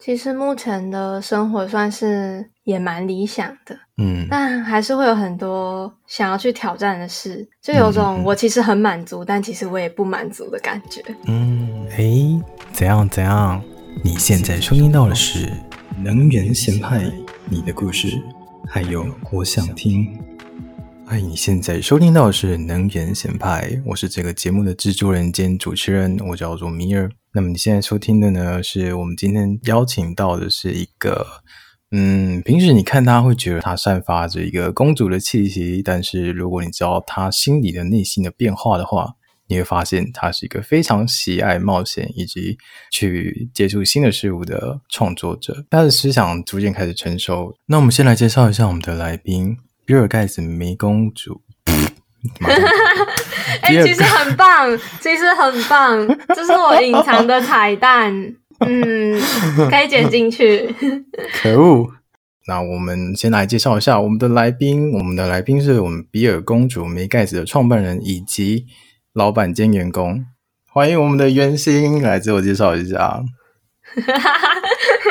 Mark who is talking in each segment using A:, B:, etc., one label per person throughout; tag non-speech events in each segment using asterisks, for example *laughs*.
A: 其实目前的生活算是也蛮理想的，
B: 嗯，
A: 但还是会有很多想要去挑战的事，就
B: 嗯
A: 有种我其实很满足，但其实我也不满足的感
B: *laughs*
A: 觉。
B: 嗯，诶，怎样怎样？你现在收听到的是
C: 能源咸派，你的故事，还有我想听。
B: 哎，你现在收听到的是能言显派，我是这个节目的制作人兼主持人，我叫做米尔。那么你现在收听的呢，是我们今天邀请到的是一个，嗯，平时你看他会觉得他散发着一个公主的气息，但是如果你知道他心里的内心的变化的话，你会发现他是一个非常喜爱冒险以及去接触新的事物的创作者。他的思想逐渐开始成熟。那我们先来介绍一下我们的来宾。比尔盖茨迷公主，妈的
A: 哎、
B: 第二
A: 其实很棒，其实很棒，这是我隐藏的彩蛋。嗯，可以剪进去。 *laughs*
B: 可恶！那我们先来介绍一下我们的来宾。我们的来宾是我们比尔公主梅盖茨的创办人以及老板兼员工。欢迎我们的袁心来自我介绍一下。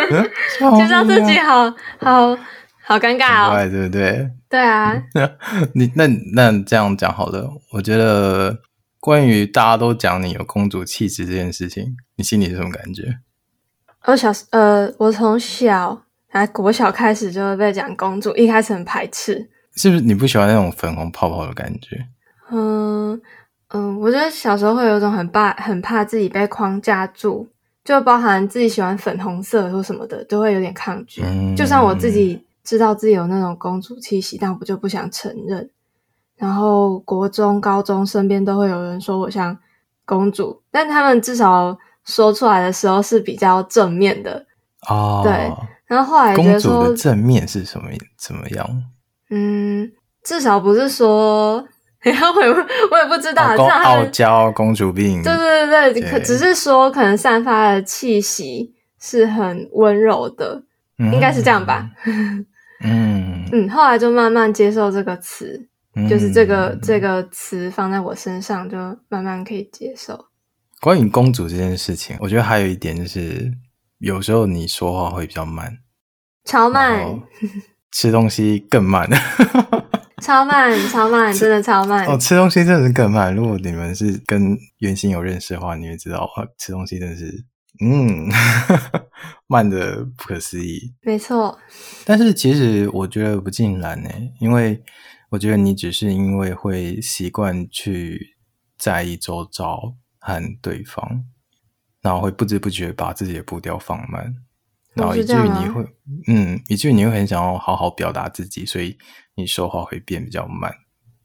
B: 嗯，
A: 就让自己好好好尴尬
B: 很
A: 哦。
B: 怪，对不对？
A: 对啊，
B: 你那那这样讲好了，我觉得关于大家都讲你有公主气质这件事情，你心里是什么感觉？
A: 我小时呃，我从小啊国小开始就会被讲公主，一开始很排斥。
B: 是不是你不喜欢那种粉红泡泡的感觉？
A: 嗯嗯，我觉得小时候会有一种很怕很怕自己被框架住，就包含自己喜欢粉红色或什么的，都会有点抗拒。
B: 嗯
A: 就算我自己知道自己有那种公主气息，但我就不想承认。然后国中、高中身边都会有人说我像公主，但他们至少说出来的时候是比较正面的。
B: 哦，
A: 对然后后来觉
B: 公
A: 得
B: 主
A: 说
B: 的，正面是什么怎么样？
A: 嗯，至少不是说， *laughs* 然后我也不我也不知道，
B: 傲
A: 至
B: 公
A: 少他
B: 傲
A: 们
B: 娇、公主病，
A: 对对对
B: 嗯对
A: 对，可只是说可能散发的气息是很温柔的，
B: 嗯
A: 应该是这样吧。
B: 嗯，
A: 嗯，后来就慢慢接受这个词，
B: 嗯
A: 就是这个这。个词放在我身上，就慢慢可以接受。
B: 关于公主这件事情，我觉得还有一点就是，有时候你说话会比较慢，
A: 超
B: 然后
A: 慢，
B: 吃东西更慢。
A: 超慢，超慢，真的超慢。
B: 哦，吃东西真的是更慢。如果你们是跟袁心有认识的话，你会知道，哇吃东西真的是，嗯， *laughs* 慢的不可思议。
A: 没错，
B: 但是其实我觉得不尽然呢、因为我觉得你只是因为会习惯去在意周遭和对方，然后会不知不觉把自己的步调放慢，
A: 我
B: 然后
A: 是
B: 以至
A: 这样
B: 于
A: 啊
B: 你会，嗯，以至于你会很想要好好表达自己，所以你说话会变比较慢，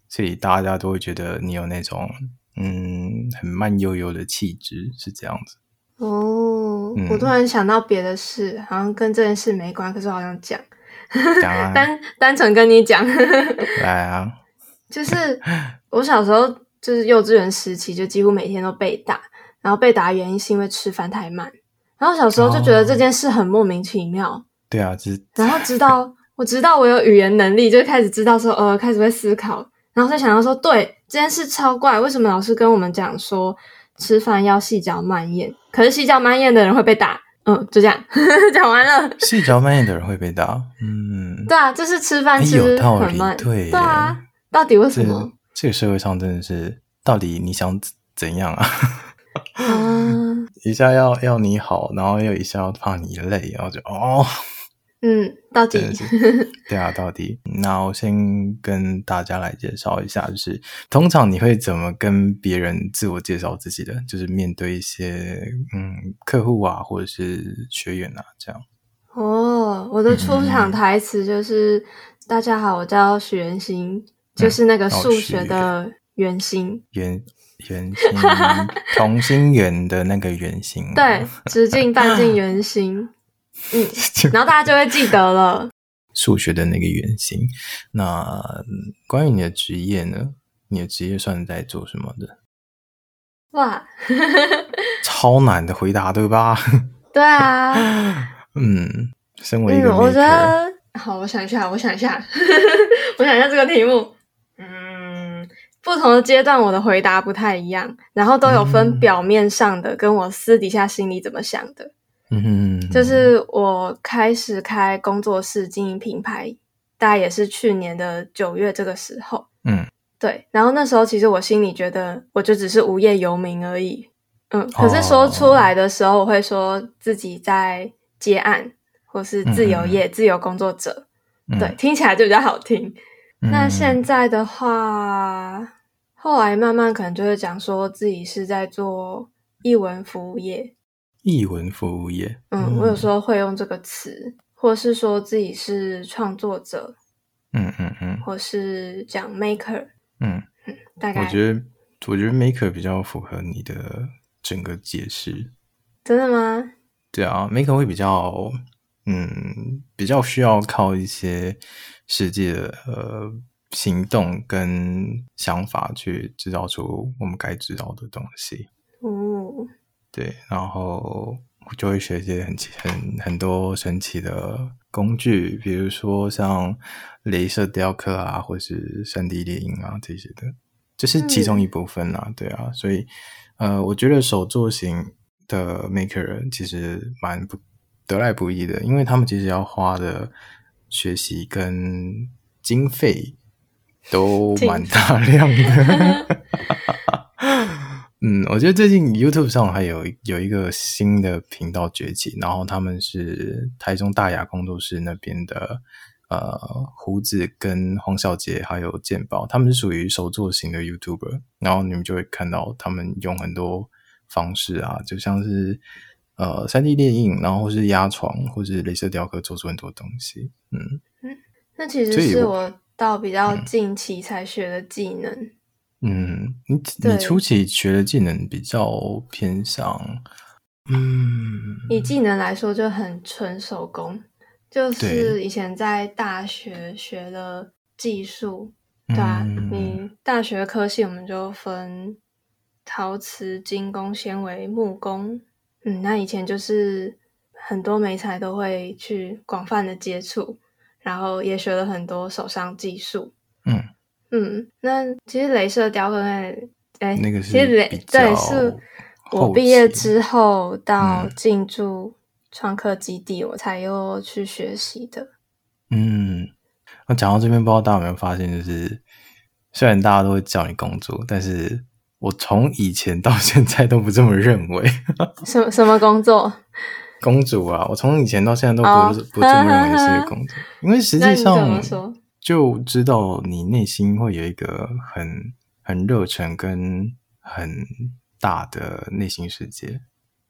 B: 所以大家都会觉得你有那种嗯很慢悠悠的气质，是这样子。
A: *laughs* 哦，
B: 嗯
A: 我突然想到别的事，好像跟这件事没关，可是我好像讲，
B: 讲啊
A: 单单纯跟你讲。
B: 来啊，
A: 就是我小时候就是幼稚园时期，就几乎每天都被打，然后被打的原因是因为吃饭太慢。然后小时候就觉
B: 哦
A: 得这件事很莫名其妙，
B: 对啊，这是
A: 然后直到我知道我有语言能力，就开始知道说，呃，开始会思考，然后再想到说，对这件事超怪，为什么老师跟我们讲说吃饭要细嚼慢咽，可是细嚼慢咽的人会被打，嗯，就这样 *laughs* 讲完了。
B: 细嚼慢咽的人会被打，嗯，
A: 对啊，就是吃
B: 哎
A: 饭吃
B: 有道
A: 很
B: 理
A: 慢，
B: 对耶
A: 啊，到底为什
B: 这
A: 么？
B: 这个社会上真的是，到底你想怎怎样啊？ *laughs*
A: 啊，
B: 一下要要你好，然后又一下要怕你累，然后就哦， *laughs*
A: 嗯，到底
B: 真的是，对啊，到底。那我先跟大家来介绍一下，就是通常你会怎么跟别人自我介绍自己的？就是面对一些嗯客户啊，或者是学员啊，这样。
A: 哦，我的出
B: 嗯
A: 场台词就是“大家好，我叫许元星”，就是那个
B: 哦
A: 数学
B: 许
A: 的圆心，
B: 圆圆
A: *laughs*
B: 心同心圆的那个圆心啊， *laughs*
A: 对，直径、半径、圆心，嗯，然后大家就会记得了。
B: 数学的那个原型。那嗯关于你的职业呢？你的职业算在做什么的？
A: 哇，
B: 超难的回答，对吧？ *laughs*
A: 对啊，
B: 嗯，身为一
A: 嗯，
B: 个 maker，、
A: 我觉得 *laughs* 好，我想一下，我想一下，我想一下这个题目，嗯。不同的阶段，我的回答不太一样，然后都有分
B: 嗯
A: 表面上的，跟我私底下心里怎么想的。
B: 嗯哼嗯，
A: 这是我开始开工作室经营品牌，大概也是去年的九月这个时候。
B: 嗯，
A: 对。然后那时候其实我心里觉得，我就只是无业游民而已。嗯，
B: 哦
A: 可是说出来的时候，我会说自己在接案，或是自由业、自由工作者。
B: 嗯
A: 对，，听起来就比较好听。
B: 嗯
A: 那现在的话，后来慢慢可能就会讲说自己是在做译文服务业，
B: 译文服务业，
A: 嗯，我有时
B: 候，
A: 候会用这个词，或是说自己是创作者，
B: 嗯嗯嗯
A: 或是讲 maker，
B: 嗯，
A: 大概
B: 我觉得我觉得 maker 比较符合你的整个解释。
A: 真的吗？
B: 对啊，maker 会比较，嗯，比较需要靠一些实际的呃行动跟想法去制造出我们该知道的东西。
A: 哦，
B: 对，然后我就会学一些很奇很很多神奇的工具，比如说像镭射雕刻啊，或是三 D 猎影啊这些的，这是其中一部分啦。对啊，所以呃，我觉得手作型的 maker 人其实蛮不得来不易的，因为他们其实要花的学习跟经费都蛮大量的。 *laughs* 嗯，我觉得最近 YouTube 上还有有一个新的频道崛起，然后他们是台中大雅工作室那边的呃胡子跟黄小杰还有健宝，他们是属于手作型的 YouTuber，然后你们就会看到他们用很多方式啊，就像是呃三 D 列印，然后或是压床，或是镭射雕刻，做出很多东西。嗯
A: 那其实
B: 所以
A: 是
B: 我
A: 我到比较近期才学的技能。
B: 嗯，你
A: 对
B: 你初期学的技能比较偏向嗯
A: 以技能来说，就很纯手工，就
B: 对
A: 是以前在大学学的技术，对啊，
B: 嗯
A: 你大学科系我们就分陶瓷、精工、纤维、木工。嗯，那以前就是很多美材都会去广泛的接触，然后也学了很多手上技术。
B: 嗯
A: 嗯，那其实镭射雕刻跟哎，
B: 那个是
A: 其实
B: 比
A: 镭
B: 较
A: 对是
B: 后
A: 我毕业
B: 期
A: 之后到
B: 嗯
A: 进驻创客基地，我才又去学习的。
B: 嗯，那讲到这边，不知道大家有没有发现，就是虽然大家都会叫你公主，但是我从以前到现在都不这么认为
A: 什么什么工作？
B: 公主啊，我从以前到现在都不、
A: 哦
B: 不这么认为是公
A: *laughs*
B: 主，因为实
A: 那
B: 际
A: 你怎
B: 上
A: 么说？
B: 就知道你内心会有一个很很热忱跟很大的内心世界。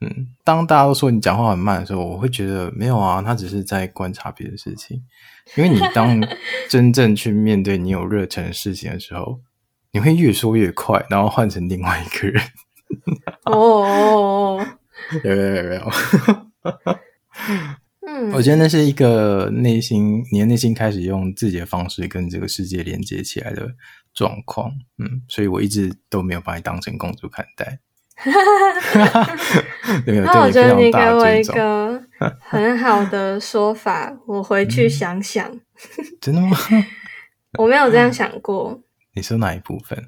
B: 嗯，当大家都说你讲话很慢的时候，我会觉得没有啊，他只是在观察别的事情。因为你当真正去面对你有热忱的事情的时候，你会越说越快，然后换成另外一个人。 *laughs*
A: 哦哦，哦
B: 有有有有，
A: 嗯，
B: 我觉得那是一个内心，你的内心开始用自己的方式跟这个世界连接起来的状况。嗯，所以我一直都没有把你当成公主看待。 *laughs* 对，有
A: 那
B: 对
A: 我觉得
B: 非常
A: 你给
B: 大的
A: 我
B: 尊
A: 一
B: 重。
A: 个很好的说法，我回
B: 嗯
A: 去想想。
B: 真的吗？ *laughs*
A: 我没有这
B: 嗯
A: 样想过，
B: 你说哪一部分？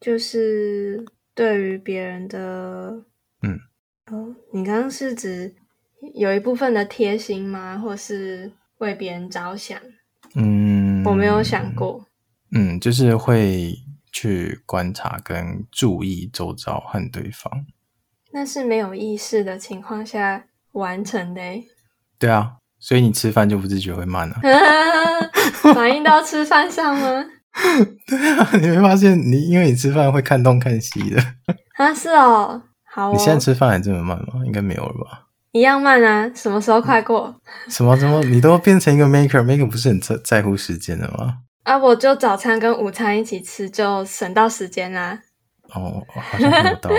A: 就是对于别人的，
B: 嗯，
A: 哦，你刚刚是指有一部分的贴心吗？或是为别人着想？
B: 嗯，
A: 我没有想。过。
B: 嗯，就是会去观察跟注意周遭和对方。
A: 那是没有意识的情况下完成的欸、 *laughs*
B: 对啊，所以你吃饭就不自觉会慢啊。 *laughs*
A: 反映到吃饭上吗？ *laughs*
B: 对啊，你会发现你因为你吃饭会看东看西的。
A: 啊，是哦，好哦，
B: 你现在吃饭还这么慢吗？应该没有了吧？
A: 一样慢啊，什么时候快过
B: 什么什么，你都变成一个 maker，maker 不是很在在乎时间的吗？
A: 啊？我就早餐跟午餐一起吃，就省到时间啦。 *laughs*
B: 哦，好像很有道理。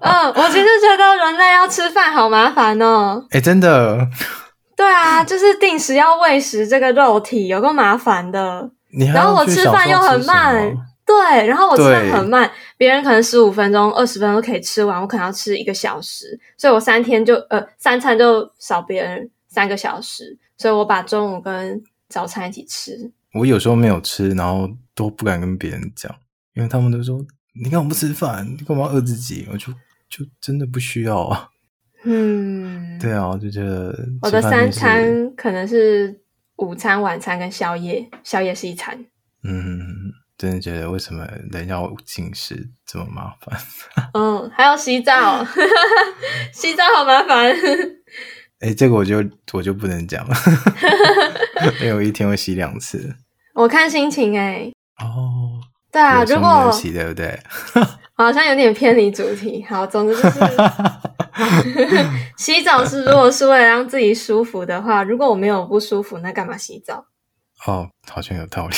A: 嗯，我其实觉得人类要吃饭好麻烦哦。
B: 哎、真的，
A: 对啊，就是定时要喂食这个肉体，有个麻烦的。
B: 你还
A: 然后
B: 要
A: 我
B: 去
A: 吃
B: 想
A: 饭
B: 说
A: 又很
B: 吃什
A: 慢
B: 么，
A: 对，然后我吃饭
B: 对
A: 很慢，别人可能十五分钟、二十分钟可以吃完，我可能要吃一个小时，所以我三天就呃三餐就少别人三个小时，所以我把中午跟早餐一起吃。
B: 我有时候没有吃，然后都不敢跟别人讲，因为他们都说你干嘛不吃饭？你干嘛饿自己？我就就真的不需要啊。
A: 嗯，
B: 对啊，我就觉得
A: 我
B: 吃
A: 的
B: 饭
A: 三
B: 就是，
A: 餐可能是午餐、晚餐跟宵夜，宵夜是一餐。
B: 嗯，真的觉得为什么人要进食这么麻烦？ *laughs*
A: 嗯，还有洗澡， *laughs* 洗澡好麻烦。 *laughs*
B: 哎，这个我就我就不能讲了，因为我一天会洗两次。
A: 我看心情哎、
B: 哦，
A: 对啊，
B: 有时
A: 如
B: 候
A: 果
B: 没有洗，对
A: *laughs*
B: 不对？
A: 好像有点偏离主题。好，总之就是 *laughs* 洗澡是，如果是为了让自己舒服的话，如果我没有不舒服，那干嘛洗澡？
B: 哦，好像有道理。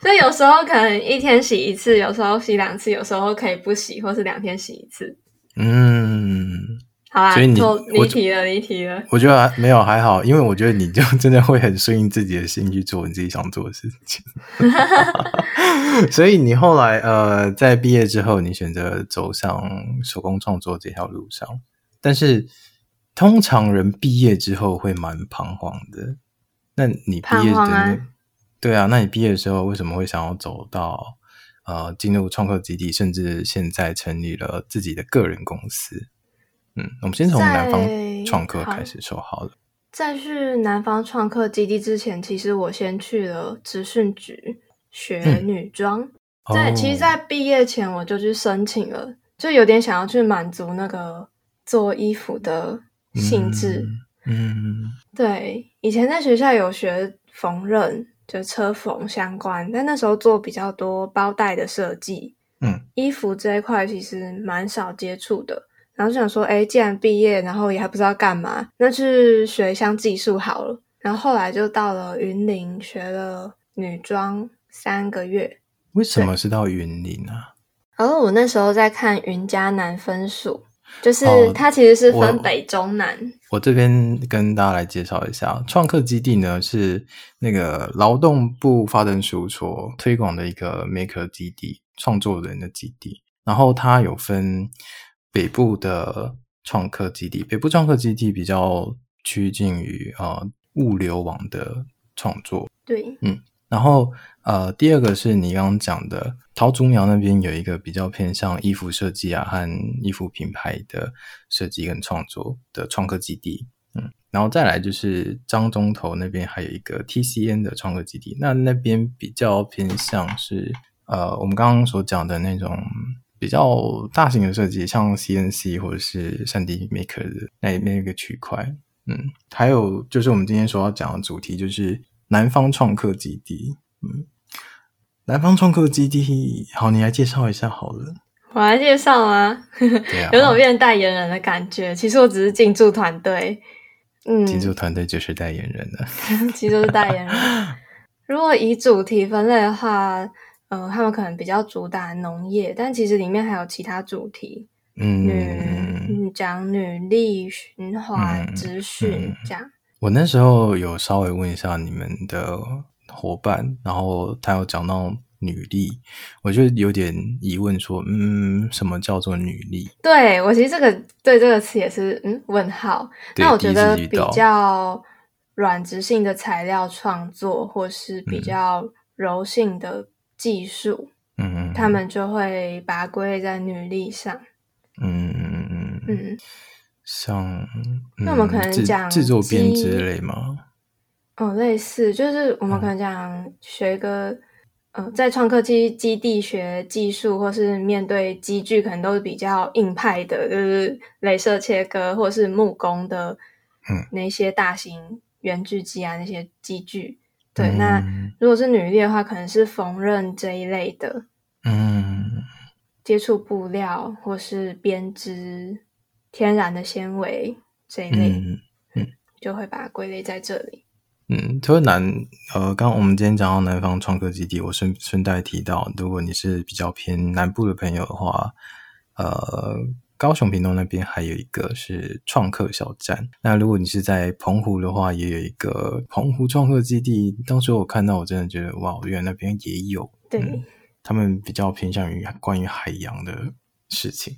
A: 所以有时候可能一天洗一次，有时候洗两次，有时候可以不洗，或是两天洗一次。
B: 嗯，
A: 好啦，
B: 所以你
A: 脱
B: 我
A: 离题了，离题了。
B: 我觉得还没有还好，因为我觉得你就真的会很顺应自己的心去做你自己想做的事
A: *laughs*
B: 情。所以你后来呃，在毕业之后，你选择走上手工创作这条路上，但是通常人毕业之后会蛮彷徨的。那你毕业
A: 彷
B: 的、
A: 徨啊
B: 对啊，那你毕业的时候为什么会想要走到呃进入创客基地，甚至现在成立了自己的个人公司？嗯，我们先从南方
A: 在
B: 创客开
A: 好
B: 始说好了。
A: 在去南方创客基地之前，其实我先去了职训局学
B: 嗯
A: 女装。在其实，
B: 哦
A: 在毕业前我就去申请了，就有点想要去满足那个做衣服的性质。
B: 嗯，嗯
A: 对，以前在学校有学缝纫，就车缝相关，但那时候做比较多包带的设计。
B: 嗯，
A: 衣服这一块其实蛮少接触的。然后就想说，哎，既然毕业，然后也还不知道干嘛，那去学一项技术好了。然后后来就到了云林学了女装三个月，
B: 为什么是到云林啊？
A: 然后我那时候在看云嘉南分数，就是
B: 哦
A: 它其实是分
B: 我
A: 北中南。
B: 我这边跟大家来介绍一下，创客基地呢是那个劳动部发展署所推广的一个 maker 基地，创作人的基地。然后它有分北部的创客基地，北部创客基地比较趋近于呃物流网的
A: 对，
B: 然后呃，第二个是你刚刚讲的桃竹苗那边有一个比较偏向衣服设计啊和衣服品牌的设计跟创作的创客基地，嗯，然后再来就是张中头那边还有一个 TCN 的创客基地，那那边比较偏向是呃我们刚刚所讲的那种。比较大型的设计，像 CNC 或者是 3D Maker 的那那个区块，嗯，还有就是我们今天所要讲的主题就是南方创客基地。嗯，南方创客基地，好，你来介绍一下好
A: *laughs*
B: 了。
A: 我来介绍啊，
B: 对啊，
A: 有种变代言人的感觉。其实我只是进驻团队，嗯，
B: 进驻团队就是代言人了。
A: 其实都是代言人。如果以主题分类的话，呃，他们可能比较主打农业，但其实里面还有其他主题，
B: 嗯，
A: 嗯，女讲女力、循环、
B: 嗯
A: 资讯
B: 嗯
A: 这样。
B: 我那时候有稍微问一下你们的伙伴，然后他有讲到女力，我就有点疑问说，嗯，什么叫做女力？
A: 对我其实这个对这个词也是嗯问号。
B: 对
A: 那我觉
B: 第一次
A: 得
B: 遇
A: 比
B: 到
A: 较软质性的材料创作，或是比
B: 嗯
A: 较柔性的技术，
B: 嗯，
A: 他们就会把它归类在女力上。
B: 嗯，嗯嗯嗯，
A: 嗯，
B: 像
A: 那我们
B: 嗯
A: 可能
B: 制
A: 讲
B: 制作编
A: 鸡
B: 之类吗？
A: 哦，类似就是我们可能讲学一个。嗯，在创客基基地学技术，或是面对机具，可能都是比较硬派的，就是镭射切割或是木工的，
B: 嗯，
A: 那些大型圆锯机啊，那些机具。对，
B: 嗯
A: 那如果是女力的话，可能是缝纫这一类的，
B: 嗯
A: 接触布料或是编织天然的纤维这一类，
B: 嗯
A: 就会把它归类在这里。
B: 嗯，特别难。呃，刚刚我们今天讲到南方创客基地，我顺顺带提到，如果你是比较偏南部的朋友的话，呃，高雄、屏东那边还有一个是创客小站。那如果你是在澎湖的话，也有一个澎湖创客基地。当时我看到，我真的觉得哇，原来那边也有。
A: 对、
B: 嗯他们比较偏向于关于海洋的事情，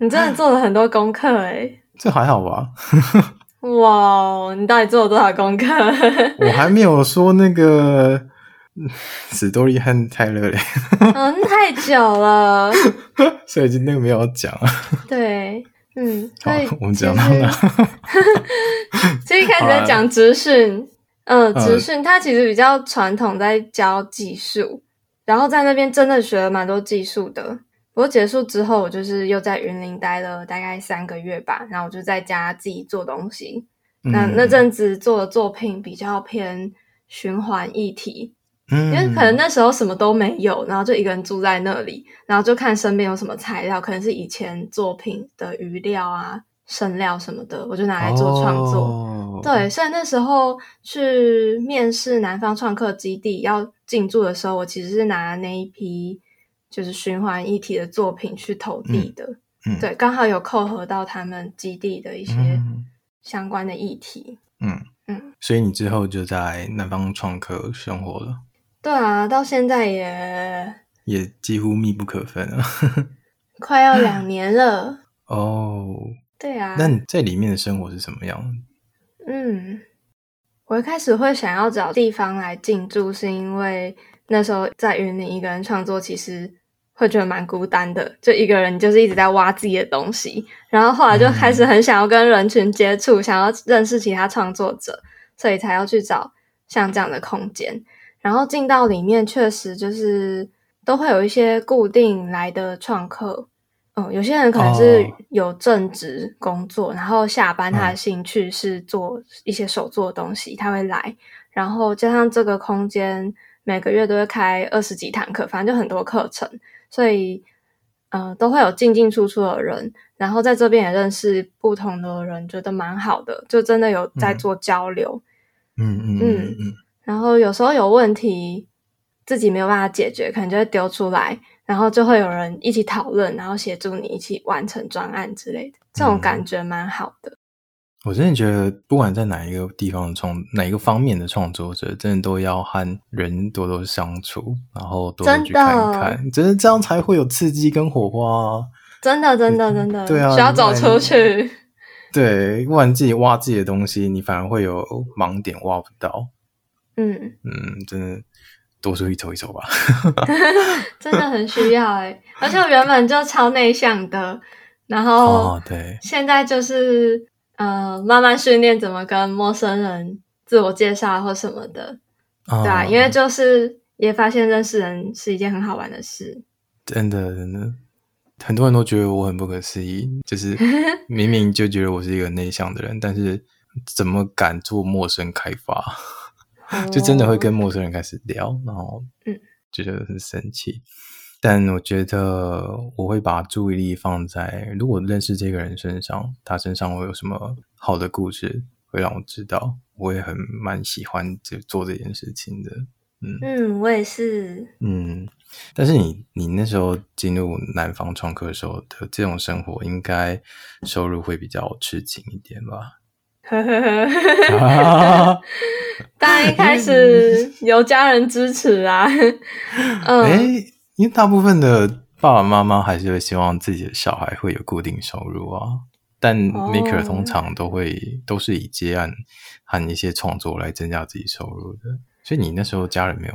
A: 你真的做了很多功课欸诶、
B: 这还好吧？
A: 哇，哦你到底做了多少功 *laughs* 课？嗯
B: 我还没有说那个嗯史多利和泰勒嘞，
A: 嗯，太久了。 *laughs*
B: 所以今天没有讲啊。
A: 对，嗯，
B: 好
A: 所以，
B: 我们讲到啊哪？
A: 所以一开始在讲职训，嗯，
B: 呃
A: 职训它其实比较传统，在教技术，然后在那边真的学了蛮多技术的。不过结束之后，我就是又在云林待了大概三个月吧，然后我就在家自己做东西。
B: 嗯
A: 那那阵子做的作品比较偏循环议题，
B: 因
A: 因为可能
B: 嗯
A: 那时候什么都没有，然后就一个人住在那里，然后就看身边有什么材料，可能是以前作品的鱼料啊、生料什么的，我就拿来做创作。
B: 作
A: 对，所以那时候去面试南方创客基地要进驻的时候，我其实是拿那一批就是循环一体的作品去投递的。
B: 嗯嗯
A: 对，刚好有扣合到他们基地的一些
B: 嗯
A: 相关的议题。
B: 嗯
A: 嗯
B: 所以你之后就在南方创客生活了，
A: 对啊，到现在也
B: 也几乎密不可分啊。 *laughs*
A: 快要两年了。
B: 哦，
A: 对啊，
B: 那你在里面的生活是什么样？
A: 嗯，我一开始会想要找地方来进驻，是因为那时候在云林一个人创作，其实会觉得蛮孤单的，就一个人就是一直在挖自己的东西。然后后来就开始很想要跟人群接触，想要认识其他创作者，所以才要去找像这样的空间。然后进到里面，确实就是都会有一些固定来的创客。嗯，有些人可能是
B: 哦
A: 有正职工作，然后下班他
B: 嗯
A: 的兴趣是做一些手做的东西，他会来。然后加上这个空间，每个月都会开二十几堂课，反正就很多课程，所以呃都会有进进出出的人。然后在这边也认识不同的人，觉得蛮好的，就真的有在
B: 嗯
A: 做交流。
B: 嗯嗯嗯嗯
A: 然后有时候有问题自己没有办法解决，可能就会丢出来，然后就会有人一起讨论，然后协助你一起完成专案之类的，这
B: 嗯
A: 种感觉蛮好的。
B: 我真的觉得，不管在哪一个地方的创，哪一个方面的创作者，真的都要和人多多相处，然后多多
A: 真的
B: 去看一看，真的这样才会有刺激跟火花、啊。
A: 真的，真的，真的，
B: 对啊
A: 需要走出
B: 另
A: 去。
B: 对，不然自己挖自己的东西，你反而会有盲点挖不到。
A: 嗯，
B: 嗯，真的多出去走一走吧。
A: 真的很需要哎、而且我原本就超内向的，然后
B: 哦，对，
A: 现在就是呃慢慢训练怎么跟陌生人自我介绍或什么的，对啊，
B: 嗯
A: 因为就是也发现认识人是一件很好玩的事。
B: 真的真的，很多人都觉得我很不可思议，就是
A: *laughs*
B: 明明就觉得我是一个内向的人，但是怎么敢做陌生开发？就真的会跟陌生人开始聊，然后
A: 嗯
B: 觉得很神奇。但我觉得我会把注意力放在，如果认识这个人身上，他身上会有什么好的故事，会让我知道，我也很蛮喜欢这做这件事情的。嗯
A: 嗯，我也
B: *laughs*
A: 是。
B: 嗯，但是你你那时候进入南方创客的时候的这种生活，应该收入会比较吃紧一点吧？ *laughs* 啊
A: 当然一开始有家人支持
B: *laughs*
A: 啊，
B: 哎、
A: 嗯，
B: 因为大部分的爸爸妈妈还是会希望自己的小孩会有固定收入啊，但
A: 哦
B: maker 通常都会、都是以接案和一些创作来增加自己收入的。所以你那时候家人没有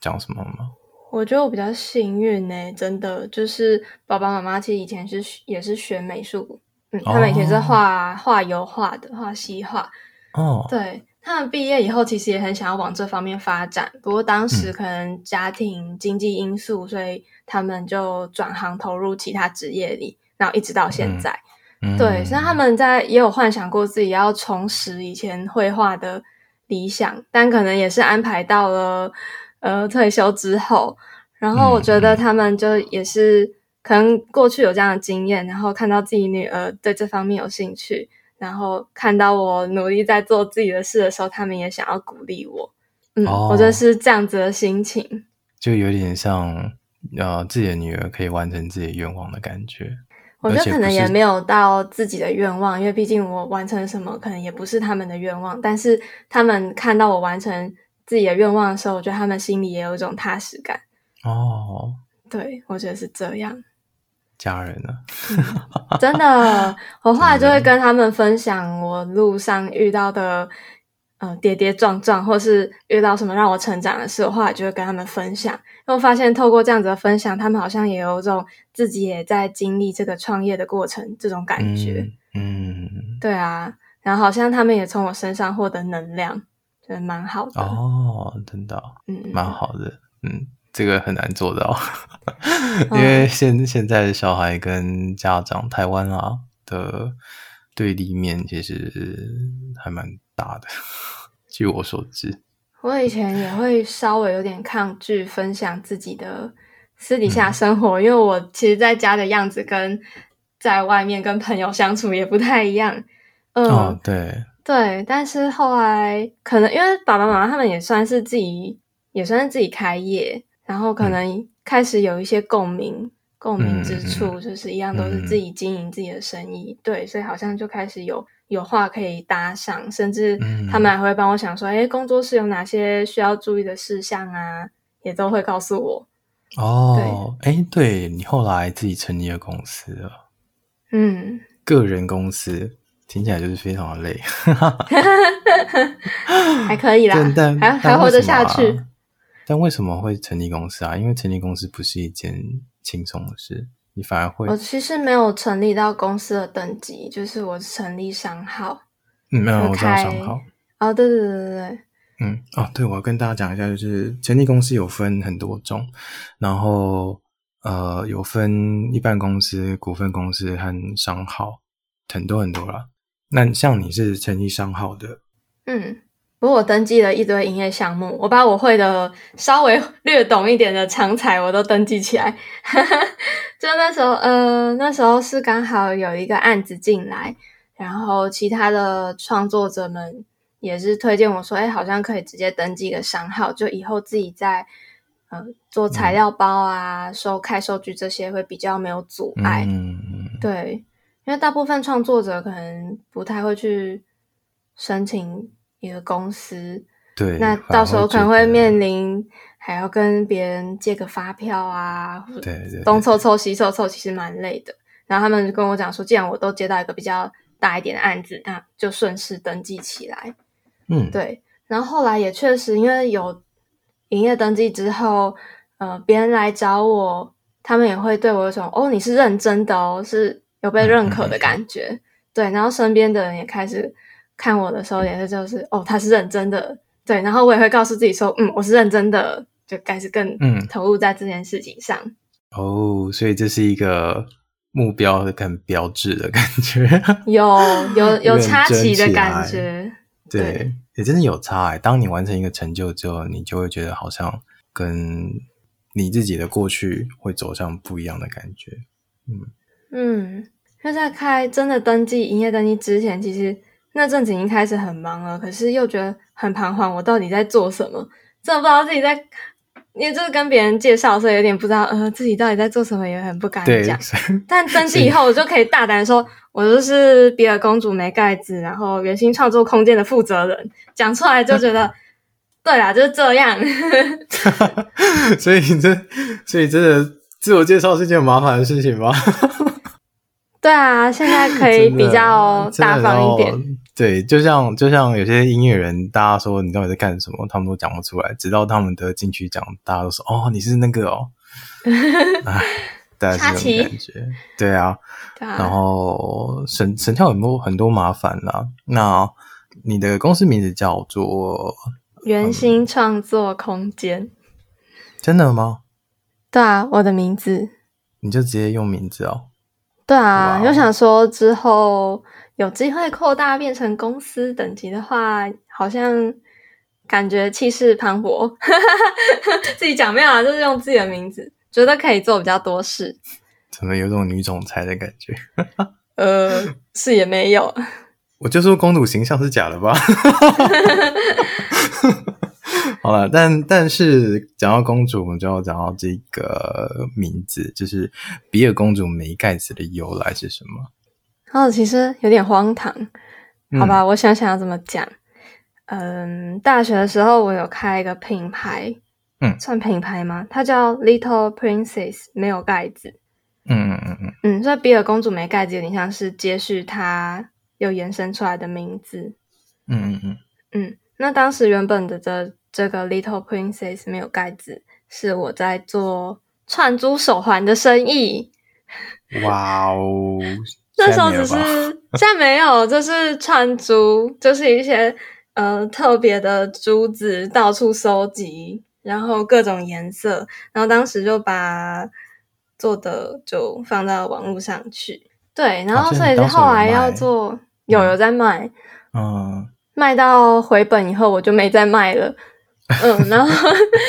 B: 讲什么吗？
A: 我觉得我比较幸运呢、真的就是爸爸妈妈其实以前是学也是学美术，嗯，他们以前是画画油画的，画西画，
B: 哦，
A: 对他们毕业以后，其实也很想要往这方面发展，不过当时
B: 嗯
A: 可能家庭经济因素，所以他们就转行投入其他职业里，然后一直到现
B: 嗯
A: 在。
B: 嗯
A: 对，那他们在也有幻想过自己要重拾以前绘画的理想，但可能也是安排到了呃退休之后。然后我觉
B: 嗯
A: 得他们就也是可能过去有这样的经验，然后看到自己女儿对这方面有兴趣，然后看到我努力在做自己的事的时候，他们也想要鼓励我。嗯，
B: 哦
A: 我觉得是这样子的心情。
B: 就有点像呃自己的女儿可以完成自己的愿望的感觉。
A: 我
B: 而
A: 觉得
B: 且
A: 可
B: 不
A: 能也
B: 是
A: 没有到自己的愿望，因为毕竟我完成什么，可能也不是他们的愿望。但是他们看到我完成自己的愿望的时候，我觉得他们心里也有一种踏实感。
B: 哦，
A: 对，我觉得是这
B: *laughs*
A: 样，
B: 家人啊呢、
A: 真的。我后来就会跟他们分享我路上遇到的，呃跌跌撞撞，或是遇到什么让我成长的事，我后来就会跟他们分享。因为我发现透过这样子的分享，他们好像也有种自己也在经历这个创业的过程这种感觉。
B: 嗯，嗯
A: 对啊，然后好像他们也从我身上获得能量，觉得蛮好的。
B: 哦，真的哦、
A: 嗯，嗯，
B: 蛮好的，嗯，这个很难做到，
A: 嗯
B: *laughs* 因为现现在的小孩跟家长，台湾啊的对立面其实还蛮大的，据我所知，
A: 我以前也会稍微有点抗拒分享自己的私底
B: 嗯
A: 下生活，因为我其实在家的样子跟在外面跟朋友相处也不太一样。嗯，
B: 哦，对，
A: 对，但是后来可能因为爸爸妈妈他们也算是自己，也算是自己开业，然后
B: 嗯
A: 可能开始有一些共鸣，共鸣之
B: 嗯
A: 处，就是一样都是自己经营自己的生意，对，所以好像就开始有有话可以搭上，甚至
B: 嗯
A: 他们还会帮我想说，哎、工作室有哪些需要注意的事项啊，也都会告诉我。
B: 哦，哎，对你后来自己成立了公司了，
A: 嗯，
B: 个人公司。听起来就是非常的累，
A: 还可以啦
B: 但但，
A: 啊还还活得下。
B: 但为什
A: 去
B: 么。啊但为什么会成立公司啊？因为成立公司不是一件轻松的事，你反而会
A: 我其实没有成立到公司的等级，就是我成立商号。
B: 嗯，嗯我知道
A: 开
B: 商号。
A: 哦，对对对对对，
B: 嗯，哦，对，我要跟大家讲一下，就是成立公司有分很多种，然后呃，有分一般公司、股份公司和商号，很多很多啦。那像你是成立商号的，
A: 嗯，不过我登记了一堆营业项目，我把我会的稍微 *laughs* 略懂一点的常才我都登记起来。 *laughs* 就那时候，呃，那时候是刚好有一个案子进来，然后其他的创作者们也是推荐我说，哎，好像可以直接登记个商号，就以后自己在呃做材料包啊、收开收据这些会比较没有阻碍。
B: 嗯，
A: 对，因为大部分创作者可能不太会去申请一个公司，
B: 对，
A: 那
B: 反而
A: 到时候可能会
B: 觉得
A: 面临还要跟别人借个发票啊，或者
B: 对对对
A: 东凑凑西凑凑，其实蛮累的。然后他们就跟我讲说，既然我都接到一个比较大一点的案子，那就顺势登记起来。
B: 嗯，
A: 对，然后后来也确实因为有营业登记之后，呃，别人来找我，他们也会对我有种哦，你是认真的哦，是有被认可
B: 嗯
A: 的感觉。对，然后身边的人也开始看我的时候，也是就是哦，他是认真的。对，然后我也会告诉自己说，嗯，我是认真的，就开始更
B: 嗯
A: 投入在这件事情上。
B: 哦，所以这是一个目标的很标志的感觉。
A: 有有有
B: 认
A: 插
B: 真
A: 旗的
B: 起
A: 感
B: 来
A: 觉，
B: 对
A: 对，
B: 也真的有差、欸。当你完成一个成就之后，你就会觉得好像跟你自己的过去会走向不一样的感觉。
A: 嗯，因为在开真的登记营业登记之前，其实那阵子已经开始很忙了，可是又觉得很彷徨，我到底在做什么？真的不知道自己在，因为就是跟别人介绍，所以有点不知道，呃，自己到底在做什么，也很不敢
B: 对， *laughs*
A: 讲。
B: 所以
A: 但登记以后，我就可以大胆地说，我就是比尔公主没盖子，然后原型创作空间的负责人，讲出来就觉得，对啦，就是这样。 *laughs*
B: 所以你这，所以真的自我介绍是件很麻烦的事情吗？
A: 对啊，现在 *laughs* 可以
B: 真的
A: 比较大方一。点
B: 真。的然后对，就像就像有些音乐人，大家说你到底在干什么，他们都讲不出来，直到他们得金曲奖，大家都说哦，你是那个
A: *laughs*
B: 哦，哎，大概是这种
A: 插旗
B: 感觉。对啊，
A: 对啊
B: 然后省省掉很多很多麻烦啦。那你的公司名字叫做
A: 原型创作空间。
B: 真的吗？
A: 对啊，我的名字。
B: 你就直接用名字哦。
A: 对
B: 哇
A: 啊，
B: 哦
A: 就想说之后有机会扩大变成公司等级的话，好像感觉气势磅礴。 *laughs* 自己讲没有啊，就是用自己的名字，觉得可以做比较多事。
B: 怎么有种女总裁的感觉？
A: 呃，是也没有，
B: 我就说公主形象是假的吧。 *laughs* 好了，但但是讲到公主，我们就要讲到这个名字，就是比尔公主梅盖茨的由来是什么？
A: 然后其实有点荒唐，好吧，我想想要怎么讲。嗯，大学的时候我有开一个品牌，
B: 嗯
A: 算品牌吗？它叫 Little Princess，没有盖子。
B: 嗯嗯嗯嗯，
A: 嗯，所以比尔公主没盖子有点像是接续它又延伸出来的名字。
B: 嗯嗯嗯，
A: 嗯，那当时原本的这这个 Little Princess 没有盖子，是我在做串珠手环的生意。
B: 哇哦！
A: 那时候只是
B: 现在没
A: *laughs* 现在没有，
B: 有吧
A: 就是串珠，就是一些呃特别的珠子到处收集，然后各种颜色，然后当时就把做的就放到网络上去。对，然
B: 啊
A: 后
B: 所
A: 所以
B: 以你
A: 是
B: 当时有
A: 后来
B: 卖
A: 要做，有有在卖，
B: 嗯，
A: 卖到回本以后我就没再卖了。嗯，然
B: *laughs*
A: 后 *laughs*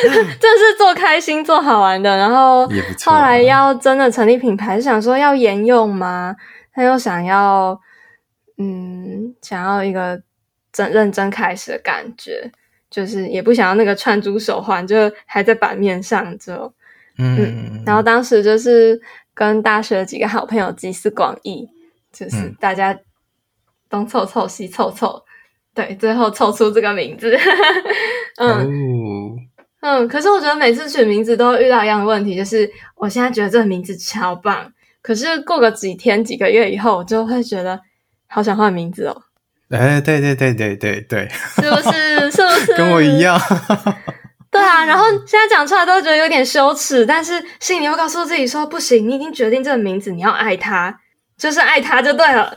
A: 这是做开心、做好玩的，然后
B: 也不错啊
A: 后来要真的成立品牌，想说要沿用吗？他又想要，嗯，想要一个真认真开始的感觉，就是也不想要那个串珠手环，就还在版面上之后，
B: 嗯，
A: 然后当时就是跟大学几个好朋友集思广益，就是
B: 嗯
A: 大家东凑凑西凑凑，对，最后凑出这个名字。 *laughs* 嗯、
B: 哦，
A: 嗯，可是我觉得每次取名字都会遇到一样的问题，就是我现在觉得这个名字超棒，可是过个几天几个月以后，我就会觉得好想换名字哦，
B: 哎，对对对对对对，
A: 是不 *laughs* 是？是不是？
B: 跟我一样。
A: 嗯对啊，然后现在讲出来都觉得有点羞耻，但是心里又告诉自己说，不行，你已经决定这个名字，你要爱它，就是爱它就对了，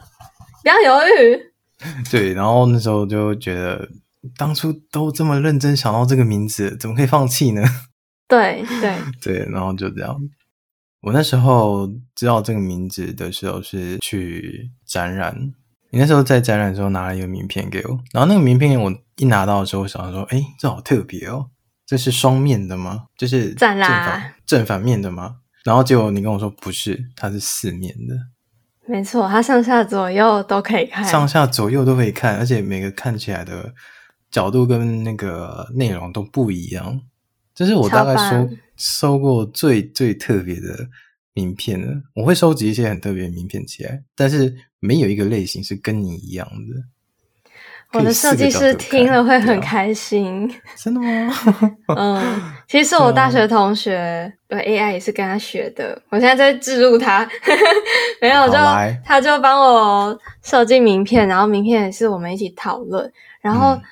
A: 不要犹豫。
B: *laughs* 对，然后那时候就觉得，当初都这么认真想到这个名字，怎么可以放弃呢？
A: 对对，
B: 对，然后就这样。我那时候知道这个名字的时候是去展览，你那时候在展览的时候拿了一个名片给我，然后那个名片我一拿到的时候，我想说，哎，这好特别哦，这是双面的吗？就是
A: 赞啦
B: 正反正反面的吗？然后结果你跟我说不是，它是四面的，
A: 没错，它上下左右都可以看。
B: 上下左右都可以看，而且每个看起来的角度跟那个内容都不一样。这是我大概
A: 超
B: 收
A: 棒
B: 收过最最特别的名片了。我会收集一些很特别的名片起来，但是没有一个类型是跟你一样的。
A: 我的设计师听了会
B: 啊
A: 很开心。
B: 真的吗？
A: 嗯，其实我大
B: 啊
A: 学同学，对 AI 也是跟他学的，我现在在置入他， *laughs* 没有
B: 好
A: 就
B: 来
A: 他就帮我设计名片，然后名片也是我们一起讨论，然后、
B: 嗯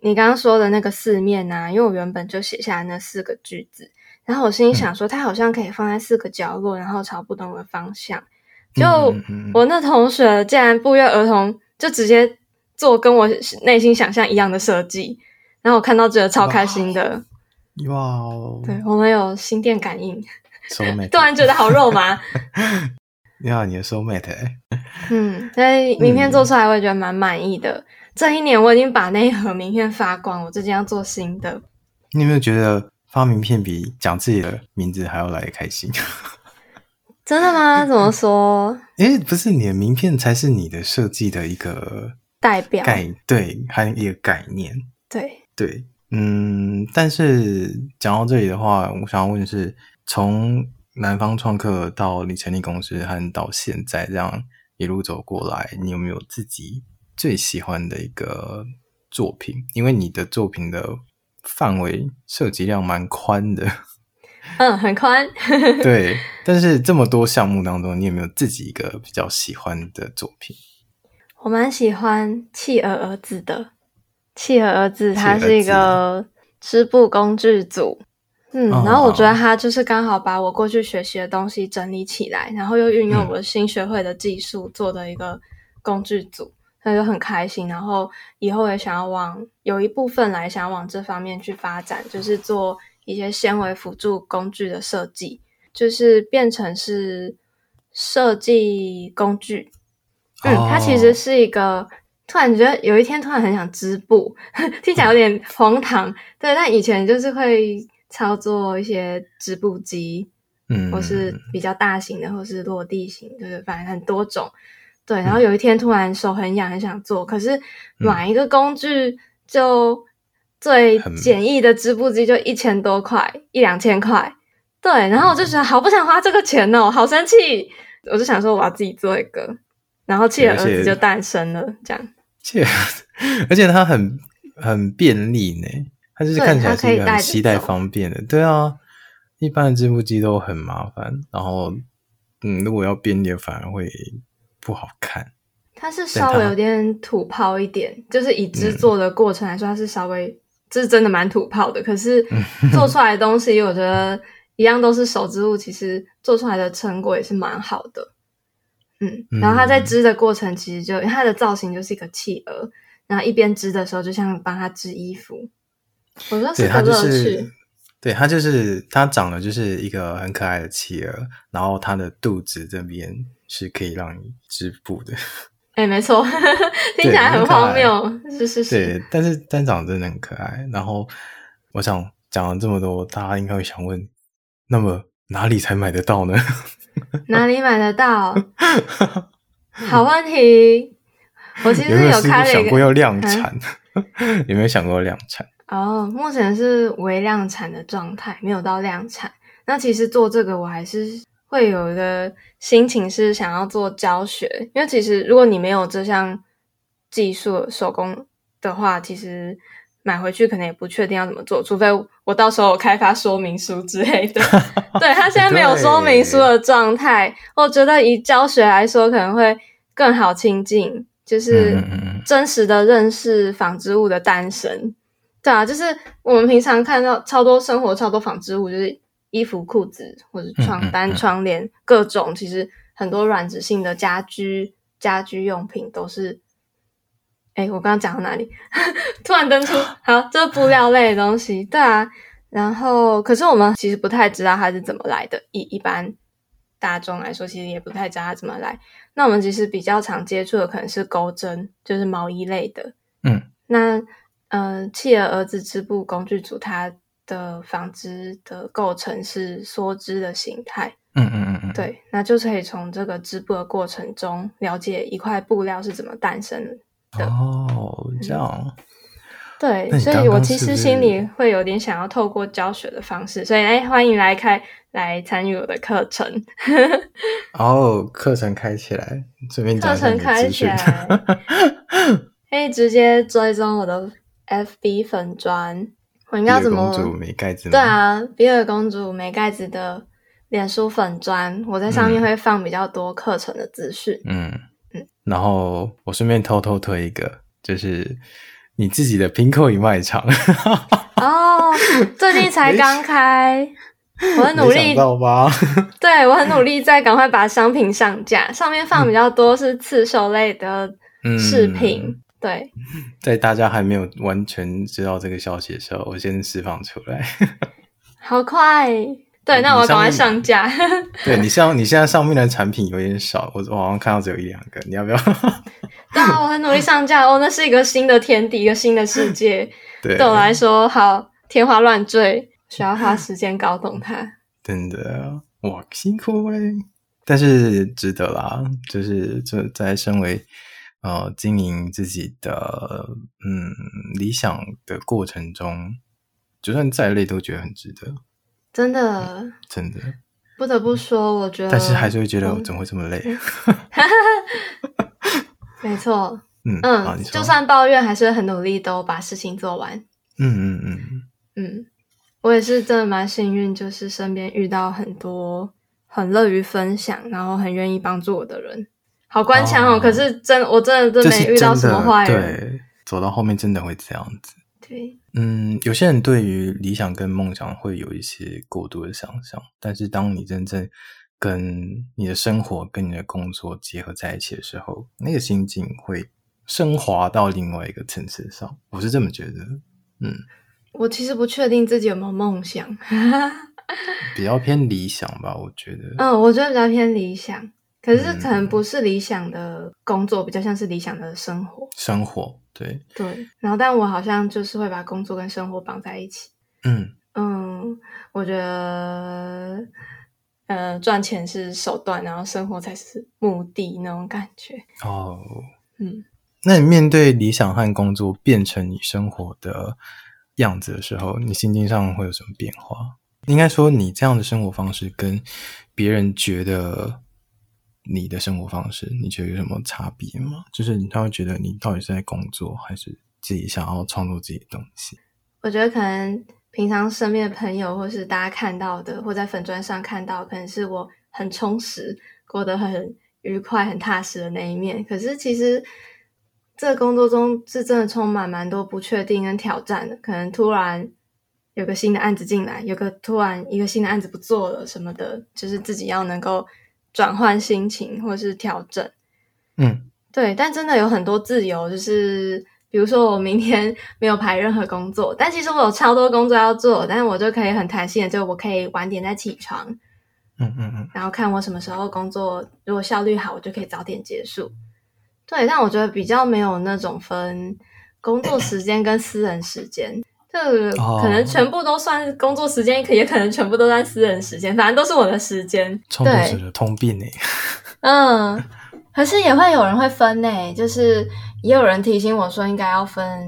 A: 你刚刚说的那个四面啊，因为我原本就写下那四个句子，然后我
B: 嗯
A: 心里想说，它好像可以放在四个角落，然后朝不同的方向， *laughs* 就。
B: 嗯嗯嗯
A: 我那同学竟然不约而同就直接做跟我内心想象一样的设计，然后我看到觉得超开心的。
B: 哇哦，
A: 对啊我们有心电感应， *laughs*
B: 收 m a
A: 突然觉得好肉麻。
B: 你好，你的收 m a t 欸
A: 嗯，所以名片做出来我也觉得蛮满意的。这一年我已经把那一盒名片发光，我最近要做新的。
B: 你有没有觉得发名片比讲自己的名字还要来得开心？
A: 真的吗？怎么说？
B: 诶，不是你的名片才是你的设计的一个
A: 代表
B: 概，对，还有一个概念，
A: 对，
B: 对，嗯。但是讲到这里的话，我想要问的是，从南方创客到你成立公司和到现在这样一路走过来，你有没有自己最喜欢的一个作品？因为你的作品的范围涉及量蛮宽的，
A: 嗯，很宽。
B: 对。但是这么多项目当中，你有没有自己一个比较喜欢的作品？
A: 我蛮喜欢《企鹅儿子》的，《企鹅儿子》他
B: 企鹅
A: 是一
B: 子
A: 个织布工具组，嗯，
B: 哦
A: 然后我觉得他就是刚好把我过去学习的东西整理起来，然后又运用
B: 嗯
A: 我新学会的技术做的一个工具组，所以就很开心。然后以后也想要往有一部分来想要往这方面去发展，就是做一些纤维辅助工具的设计，就是变成是设计工具，嗯，它其实
B: 哦
A: 是一个突然觉得有一天突然很想织布， *laughs* 听起来有点荒唐，对。但以前就是会操作一些织布机，
B: 嗯，
A: 或是比较大型的，或是落地型，就是反正很多种。对，
B: 嗯
A: 然后有一天突然手很痒，很想做，可是买一个工具就最
B: 很
A: 简易的织布机就一千多块，一两千块。对，然后我就
B: 嗯
A: 觉得好不想花这个钱哦，好生气。我就想说我要自己做一个，然后气
B: 对
A: 儿儿
B: 而且
A: 子就诞生了，这样
B: 且而且它很很便利呢，它就是
A: 对
B: 看起来
A: 它可
B: 是
A: 以
B: 一个
A: 带
B: 很
A: 着
B: 携带
A: 走
B: 方便的。对啊，一般的织布机都很麻烦，然后嗯，如果要便利的反而会不好看。
A: 它是稍微有点土炮一点，就是以
B: 嗯
A: 制作的过程来说，它是稍微这是真的蛮土炮的。可是做出来的东西，我觉得一样都是手织物，其实做出来的成果也是蛮好的。嗯，然后它在织的过程，其实就因为它的造型就是一个企鹅，然后一边织的时候，就像帮它织衣服。我说
B: 对，
A: 是
B: 它
A: 个
B: 就
A: 乐
B: 是
A: 趣，，
B: 对，它就是它长得就是一个很可爱的企鹅，然后它的肚子这边是可以让你织布的，
A: 哎、没错， *laughs* 听起来
B: 很
A: 很
B: 可
A: 荒
B: 爱
A: 谬，是是 *laughs* 是，
B: 对，但是但长得真的很可爱。然后我想讲了这么多，大家应该会想问，那么哪里才买得到呢？ *laughs*
A: 哪里买得到？好问题，我其
B: 有
A: 实
B: 没有思
A: 开
B: 路
A: 了
B: 想
A: 一个
B: 过
A: 嗯
B: 要量产？ *laughs* 有没有想过要量产？
A: 哦，目前是微量产的状态，没有到量产。那其实做这个，我还是会有一个心情是想要做教学，因为其实如果你没有这项技术手工的话，其实买回去可能也不确定要怎么做，除非我到时候有开发说明书之类
B: *laughs*
A: 的。对他现在没有说明书的状态，我觉得以教学来说可能会更好亲近，就是
B: 嗯嗯嗯
A: 真实的认识纺织物的诞生。对啊，就是我们平常看到超多生活超多纺织物，就是衣服、裤子或者
B: 嗯嗯
A: 床单、
B: 嗯
A: 窗帘各种，其实很多软质性的家居家居用品都是。哎，我刚刚讲到哪里？ *laughs* 突然
B: *laughs*
A: 登出，好，这布料类的东西，对啊。然后，可是我们其实不太知道它是怎么来的，以一般大众来说，其实也不太知道它怎么来。那我们其实比较常接触的可能是钩针，就是毛衣类的。
B: 嗯，
A: 那呃，企鹅儿子织布工具组它的纺织的构成是梭织的形态，
B: 嗯嗯嗯嗯，
A: 对，那就是可以从这个织布的过程中了解一块布料是怎么诞生的。嗯
B: 哦，这样，
A: 对
B: 那，你
A: 所
B: 刚
A: 以我
B: 刚
A: 其
B: 是
A: 实
B: 不
A: 心里
B: 是
A: 会有点想要透过教学的方式，所以哎，欢迎来开来参与我的课程。
B: 然后哦课程开起来，顺便讲
A: 课
B: 一下
A: 程
B: 你的
A: 开
B: 资
A: 起
B: 讯。
A: 来，
B: *laughs*
A: 可以直接追踪我的 FB 粉砖。我应该要怎么
B: 公？主没盖子吗？
A: 对啊，比尔公主梅盖子的脸书粉砖，我在上面
B: 嗯
A: 会放比较多课程的资
B: *laughs*
A: 讯。
B: 嗯
A: 嗯，
B: 然后我顺便偷偷推一个，就是你自己的 Pinko 与卖场，
A: 哦，最近才刚开，我很努
B: *laughs* 没想
A: 力
B: 到吧？
A: 对我很努力在赶快把商品上架，上面放比较多是刺绣类的
B: 嗯
A: 饰品。对，
B: 在大家还没有完全知道这个消息的时候，我先释放出来。 *laughs*
A: 好快。对，那我要赶快上
B: *laughs*
A: 架。
B: 对你像你现在上面的产品有点少，我我好像看到只有一两个，你要不 *laughs* 要？
A: 对啊，我很努力上架哦，那是一个新的天地，一个新的世界，
B: *laughs* 对，
A: 对我来说好天花乱坠，需要花时间搞懂它。
B: 真的哇辛苦哎、但是值得啦，就是这在身为呃经营自己的嗯理想的过程中，就算再累都觉得很值得，
A: 真的，
B: 真的。
A: 不得不说，我觉得，
B: 但是还是会觉得
A: 嗯
B: 怎么会这么累？
A: 没错，
B: 嗯好
A: 嗯，
B: 你说
A: 就算抱怨，还是很努力，都把事情做完。
B: 嗯嗯嗯，
A: 嗯，我也是真的蛮幸运，就是身边遇到很多很乐于分享，然后很愿意帮助我的人，好官腔哦。
B: 哦
A: 可是真我真的
B: 这
A: 真没
B: 是
A: 遇到
B: 真
A: 什么
B: 的
A: 坏人，
B: 对，走到后面真的会这样子。
A: 对，
B: 嗯，有些人对于理想跟梦想会有一些过度的想象，但是当你真正跟你的生活跟你的工作结合在一起的时候，那个心境会升华到另外一个层次上，我是这么觉得。嗯，
A: 我其实不确定自己有没有梦想， *laughs*
B: 比较偏理想吧，我觉得。
A: 嗯，我觉得比较偏理想，可是
B: 嗯
A: 可能不是理想的工作，比较像是理想的生活，
B: 生活，对，
A: 对。然后，但我好像就是会把工作跟生活绑在一起。
B: 嗯，
A: 嗯，我觉得，呃，赚钱是手段，然后生活才是目的那种感觉。
B: 哦，
A: 嗯，
B: 那你面对理想和工作变成你生活的样子的时候，你心境上会有什么变化？应该说，你这样的生活方式跟别人觉得你的生活方式，你觉得有什么差别吗？就是他会觉得你到底是在工作，还是自己想要创作自己的东西？
A: 我觉得可能平常身边的朋友，或是大家看到的，或在粉砖上看到，可能是我很充实，过得很愉快、很踏实的那一面。可是其实这个工作中是真的充满蛮多不确定跟挑战的，可能突然有个新的案子进来，有个突然一个新的案子不做了什么的，就是自己要能够转换心情或是调整。
B: 嗯，
A: 对，但真的有很多自由，就是比如说我明天 *laughs* 没有排任何工作，但其实我有超多工作要做，但是我就可以很弹性的，就我可以晚点再起床，
B: 嗯嗯嗯，
A: 然后看我什么时候工作，如果效率好，我就可以早点结束。对，但我觉得比较没有那种分工作时间跟私人时间，这
B: 哦
A: 可能全部都算是工作时间，可也可能全部都算私人时间，反正都是我的时间。
B: 创作
A: 对
B: 者的通病呢、欸
A: 嗯，可是也会有人会分呢、就是也有人提醒我说应该要分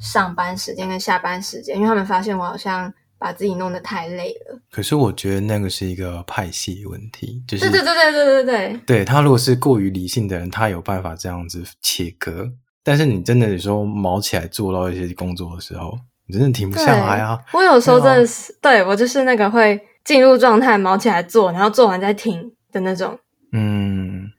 A: 上班时间跟下班时间，因为他们发现我好像把自己弄得太累了。
B: *laughs* 可是我觉得那个是一个派系问题，就是
A: 对对对对对对对，
B: 对他如果是过于理性的人，他有办法这样子切割。但是你真的有时候毛起来做到一些工作的时候，你真的停不
A: 对
B: 下来啊！
A: 我有时候
B: 对啊
A: 真的是，对哦我就是那个会进入状态，忙起来做，然后做完再停的那种。
B: 嗯，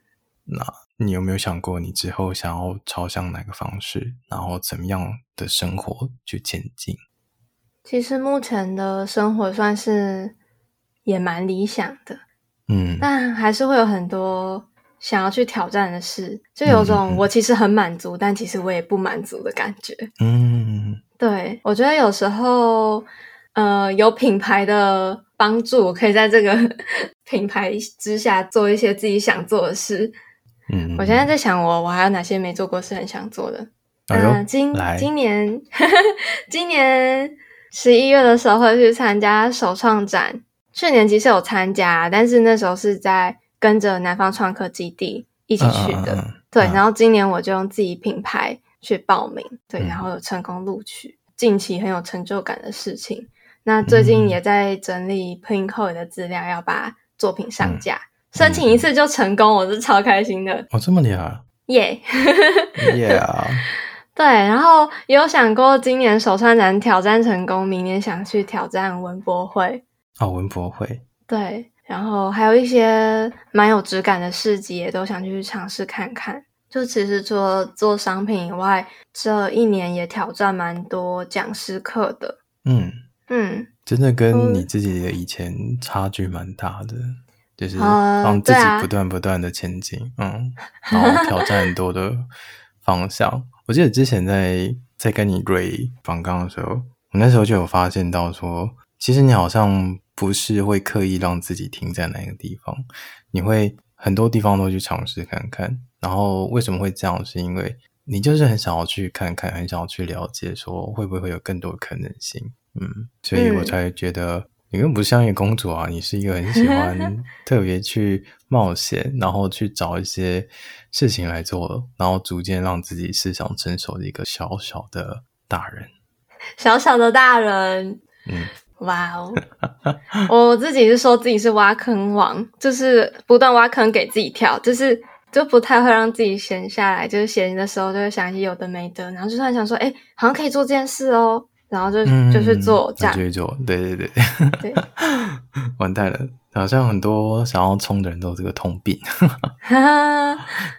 B: 那你有没有想过你之后想要朝向哪个方式，然后怎么样的生活去前进？
A: 其实目前的生活算是也蛮理想的，
B: 嗯，
A: 但还是会有很多想要去挑战的事，就有
B: 嗯嗯
A: 种
B: 嗯
A: 我其实很满足，但其实我也不满足的感觉。
B: 嗯，
A: 对我觉得有时候，呃，有品牌的帮助，我可以在这个 *laughs* 品牌之下做一些自己想做的事。
B: 嗯，
A: 我现在在想我，我还有哪些没做过是很想做的？
B: 哎呦
A: 嗯，今
B: 来
A: 今年 *laughs* 今年十一月的时候会去参加首创展，去年其实有参加，但是那时候是在跟着南方创客基地一起去的，
B: 嗯嗯嗯嗯
A: 对，
B: 嗯
A: 然后今年我就用自己品牌去报名，对，
B: 嗯
A: 然后有成功录取，近期很有成就感的事情。那最近
B: 嗯
A: 也在整理 Pinkoi 的资料，要把作品上
B: 嗯
A: 架，申请一次就成功，我是超开心的，
B: 哦这么厉害
A: 耶、 *laughs*
B: ，Yeah，
A: 对，然后也有想过今年首创展挑战成功，明年想去挑战文博会。
B: 啊，文博会，
A: 对，然后还有一些蛮有质感的市集，也都想去尝试看看。就其实除了做商品以外，这一年也挑战蛮多讲师课的。
B: 嗯，
A: 嗯，
B: 真的跟
A: 嗯
B: 你自己的以前差距蛮大的，就是
A: 呃
B: 让自己
A: 对啊
B: 不断不断的前进，嗯，然后挑战很多的方向。 *laughs* 我记得之前在在跟你瑞访刚的时候，我那时候就有发现到说，其实你好像不是会刻意让自己停在哪一个地方，你会很多地方都去尝试看看。然后为什么会这样？是因为你就是很想要去看看，很想要去了解，说会不会有更多的可能性。嗯，所以我
A: 嗯
B: 才觉得你根本不像一个公主啊，你是一个很喜欢特别去冒险，然后去找一些事情来做，然后逐渐让自己思想成熟的一个小小的大人。
A: 小小的大人，
B: 嗯，
A: 哇哦！我自己是说自己是挖坑王，就是不断挖坑给自己跳，就是就不太会让自己闲下来，就是闲的时候就会想一些有的没的，然后就突然想说，哎、好像可以做这件事哦，然后就、
B: 嗯，
A: 就去做这
B: 那
A: 样
B: 就。去做，对对对，
A: 对，
B: *laughs* 完蛋了，好像很多想要冲的人都有这个通病。
A: *laughs* 哈哈，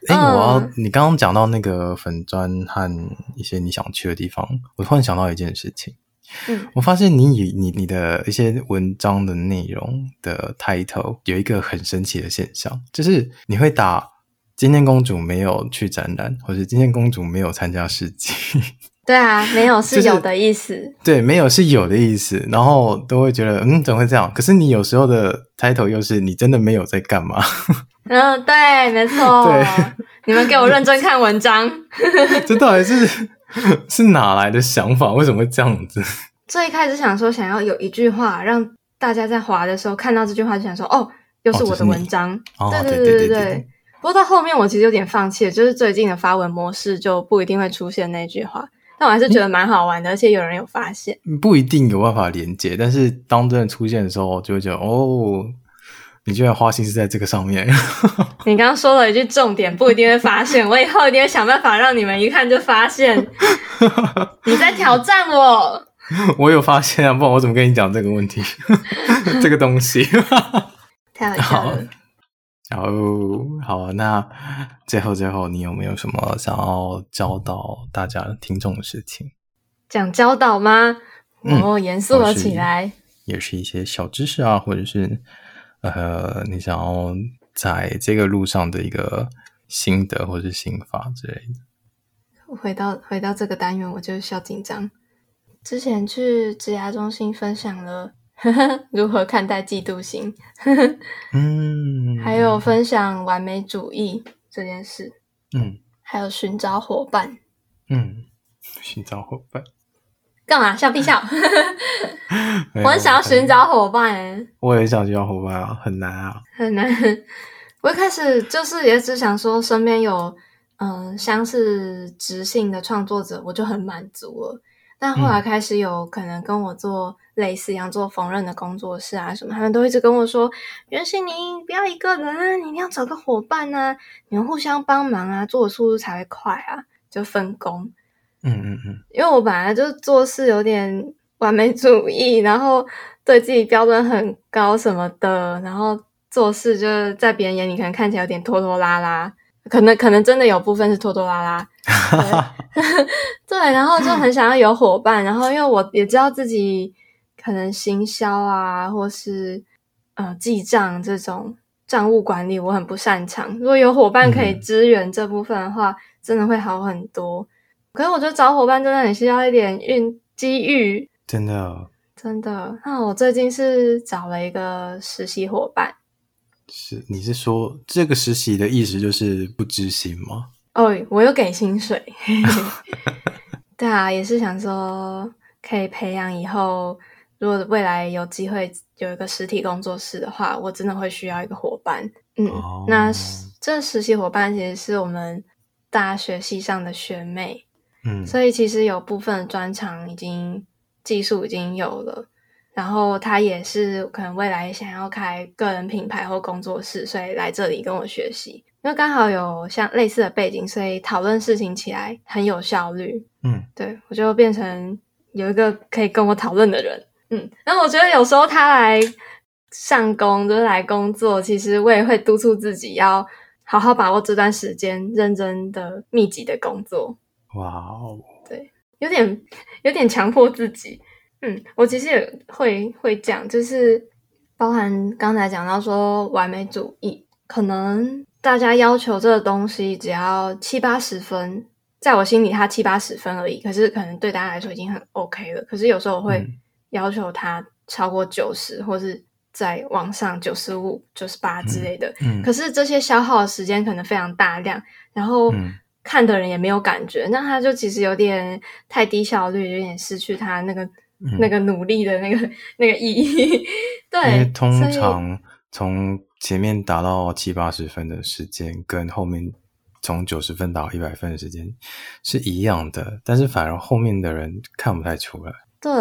B: 哎、我要
A: 嗯
B: 你刚刚讲到那个粉砖和一些你想去的地方，我突然想到一件事情，
A: 嗯，
B: 我发现你以你你的一些文章的内容的 title 有一个很神奇的现象，就是你会打“今天公主没有去展览”或是“今天公主没有参加市集”，
A: 对啊，没有是
B: 就是
A: 有的意思，
B: 对，没有是有的意思，然后都会觉得嗯，怎么会这样？可是你有时候的 title 又是你真的没有在干嘛。 *laughs*
A: 嗯，对，没错
B: 对，
A: 你们给我认真看文章。
B: 这到底是 *laughs* 是哪来的想法？为什么会这样子？
A: 最一开始想说想要有一句话让大家在滑的时候看到这句话就想说哦，又是我的文章，
B: 哦这是你
A: 对
B: 哦对
A: 对
B: 对对对
A: 对。不过到后面我其实有点放弃了，就是最近的发文模式就不一定会出现那句话，但我还是觉得蛮好玩的，而且有人有发现，
B: 不一定有办法连接，但是当真的出现的时候，就会觉得哦，你居然花心思在这个上面。 *laughs*
A: *laughs* 你刚刚说了一句重点，不一定会发现，我以后一定会想办法让你们一看就发
B: *laughs*
A: 现你在挑战我。
B: 我有发现啊，不然我怎 *laughs* 么跟你讲这个问题？这个东西
A: 太好笑
B: *laughs* *laughs* 好
A: 了，
B: 哦，好，那最后最后，你有没有什么想要教导大家听众的事情？
A: 讲教导吗？
B: 嗯
A: 哦，严肃了起来。
B: 也是一些小知识啊，或者是呃，你想要在这个路上的一个心得或是心法之类的。
A: 回到回到这个单元，我就小紧张。之前去职涯中心分享了 *laughs* 如何看待嫉妒心，
B: 嗯，
A: 还有分享完美主义这件事，
B: 嗯
A: 还有寻找伙伴。
B: 嗯，寻找伙伴。
A: 干嘛笑
B: *laughs*
A: 屁笑？
B: 没有
A: 我很想要寻，找伙伴、欸，
B: 我也想寻找伙伴啊，很难啊。
A: 很难。 *laughs* 我一开始就是也只想说，身边有嗯、呃相似直性的创作者，我就很满足了。但后来开始有可能跟我做类似一样做缝纫的工作室啊什么，他们都一直跟我说：“袁心宁，不要一个人啊，你一定要找个伙伴啊，你们互相帮忙啊，做的速度才会快啊，就分工。”
B: 嗯嗯嗯
A: 因为我本来就做事有点完美主义，然后对自己标准很高什么的，然后做事就是在别人眼里可能看起来有点拖拖拉拉，可能可能真的有部分是拖拖拉拉，对，然后就很想要有伙伴，然后因为我也知道自己可能行销啊，或是呃记账这种账务管理我很不擅长，如果有伙伴可以
B: 嗯
A: 支援这部分的话，真的会好很多。可是我觉得找伙伴真的很需要一点运机遇，
B: *laughs* 真的
A: 真的。那我最近是找了一个实习伙伴，
B: 是，你是说这个实习的意思就是不知心吗？
A: 哦，我有给薪水。 *laughs* 对啊，也是想说可以培养以后，如果未来有机会有一个实体工作室的话，我真的会需要一个伙伴。嗯，
B: 哦
A: 那实这实习伙伴其实是我们大学系上的学妹，
B: 嗯，
A: 所以其实有部分的专长已经技术已经有了，然后他也是可能未来想要开个人品牌或工作室，所以来这里跟我学习。因为刚好有像类似的背景，所以讨论事情起来很有效率。
B: 嗯，
A: 对我就变成有一个可以跟我讨论的人。嗯，那我觉得有时候他来上工，就是来工作，其实我也会督促自己要好好把握这段时间，认真的、密集的工作。
B: 哇哦，
A: 有点有点强迫自己。嗯，我其实也会会讲，就是包含刚才讲到说完美主义，可能大家要求这个东西只要七八十分，在我心里它七八十分而已，可是可能对大家来说已经很 OK 了。可是有时候我会
B: 嗯
A: 要求它超过九十，或是再往上九十五、九十八之类的。
B: 嗯
A: 可是这些消耗的时间可能非常大量，然后
B: 嗯
A: 看的人也没有感觉，那他就其实有点太低效率，有点失去他那个、
B: 嗯
A: 那个努力的那个那个意义。 *laughs*
B: 因为
A: 对，所
B: 通
A: 以
B: 常从前面打到七八十分的时间，跟后面从九十分打到一百分的时间是一样的，但是反而后面的人看不太出来。
A: 对，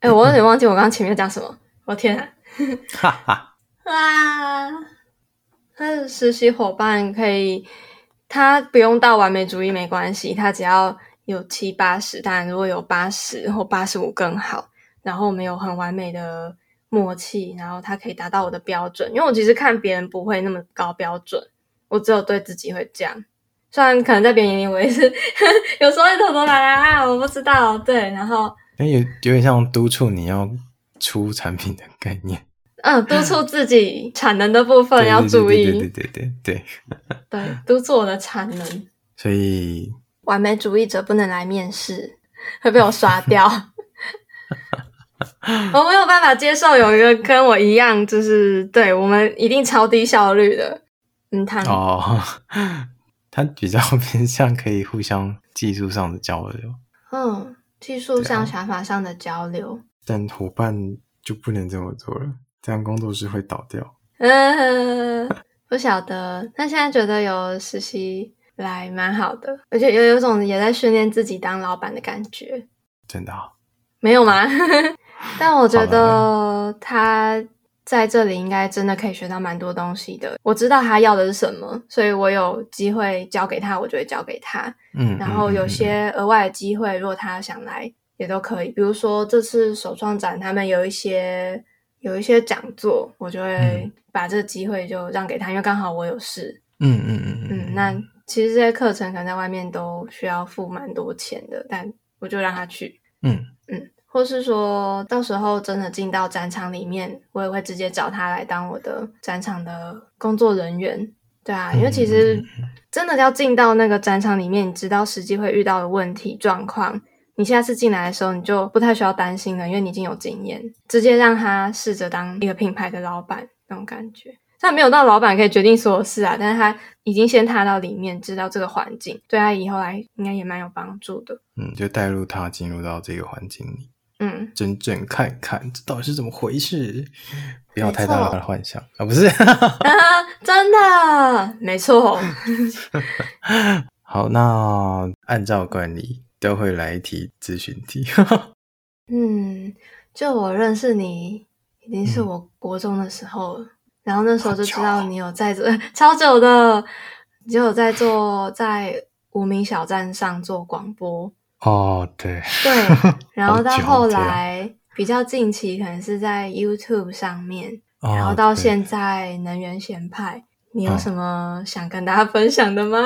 A: 哎、我有点忘记我刚刚前面讲什么， *laughs* 我天啊！
B: 哈哈，
A: 啊，他的实习伙伴可以，他不用到完美主义没关系，他只要有七八十，当然如果有八十或八十五更好。然后我们有很完美的默契，然后他可以达到我的标准，因为我其实看别人不会那么高标准，我只有对自己会这样。虽然可能在别人眼里我也是 *laughs* 有时候会偷偷拉拉，啊我不知道。对，然后
B: 因为有有点像督促你要出产品的概念， *laughs*
A: 嗯，督促自己产能的部分
B: 对，
A: 要
B: 对
A: 注
B: 对
A: 意，
B: 对对对对对。
A: 对，督促我的产能。
B: 所以
A: 完美主义者不能来面试， *laughs* 会被我刷掉。 *laughs* 我没有办法接受有一个跟我一样，就是对我们一定超低效率的，嗯，他、
B: 哦， *laughs* 它比较 *laughs* 偏向可以互相技术上的交流，
A: 嗯，技术
B: 对啊
A: 上、想法上的交流，
B: 但伙伴就不能这么做了，这样工作室会倒掉。
A: 嗯，不晓得。但现在觉得有实习来蛮好的，而且有有种也在训练自己当老板的感觉。
B: 真的、啊，
A: 没有吗？ *laughs* 但我觉
B: 好
A: 得他在这里应该真的可以学到蛮多东西的。我知道他要的是什么，所以我有机会交给他，我就会交给他。
B: 嗯，
A: 然后
B: 嗯
A: 有
B: 嗯
A: 些额外的机会，如果他想来也都可以。比如说这次首创展，他们有一些有一些讲座，我就会
B: 嗯
A: 把这个机会就让给他，因为刚好我有事。
B: 嗯嗯嗯
A: 嗯，那其实这些课程可能在外面都需要付蛮多钱的，但我就让他去。
B: 嗯
A: 嗯，或是说到时候真的进到展场里面，我也会直接找他来当我的展场的工作人员。对啊，因为其实真的要进到那个展场里面，你知道实际会遇到的问题状况，你下次进来的时候你就不太需要担心了，因为你已经有经验，直接让他试着当一个品牌的老板那种感觉。但没有到老板可以决定所有事啊，但是他已经先踏到里面，知道这个环境，对他以后来应该也蛮有帮助的。
B: 嗯，就带入他进入到这个环境里，
A: 嗯，
B: 真正看看这到底是怎么回事，不要
A: 没
B: 太大
A: 错
B: 的幻想啊，不是。 *laughs*
A: 啊， *laughs* 真的，没错。
B: 嗯好，那按照惯例都会来一题咨询题。 *laughs*
A: 嗯，就我认识你，一定是
B: 嗯
A: 我国中的时候了，然后那时候
B: 好
A: 就知
B: 久
A: 道
B: 哦
A: 你有在做， *laughs* 超久的，你就有在做在无名小站上做广播，
B: 哦，对， *laughs*
A: 对，然后到
B: 好久
A: 后
B: 天啊
A: 来比较近期，可能是在 YouTube 上面，
B: 哦
A: 然后到
B: 对
A: 现在能源贤派，你有
B: 嗯
A: 什么想跟大家分享的吗？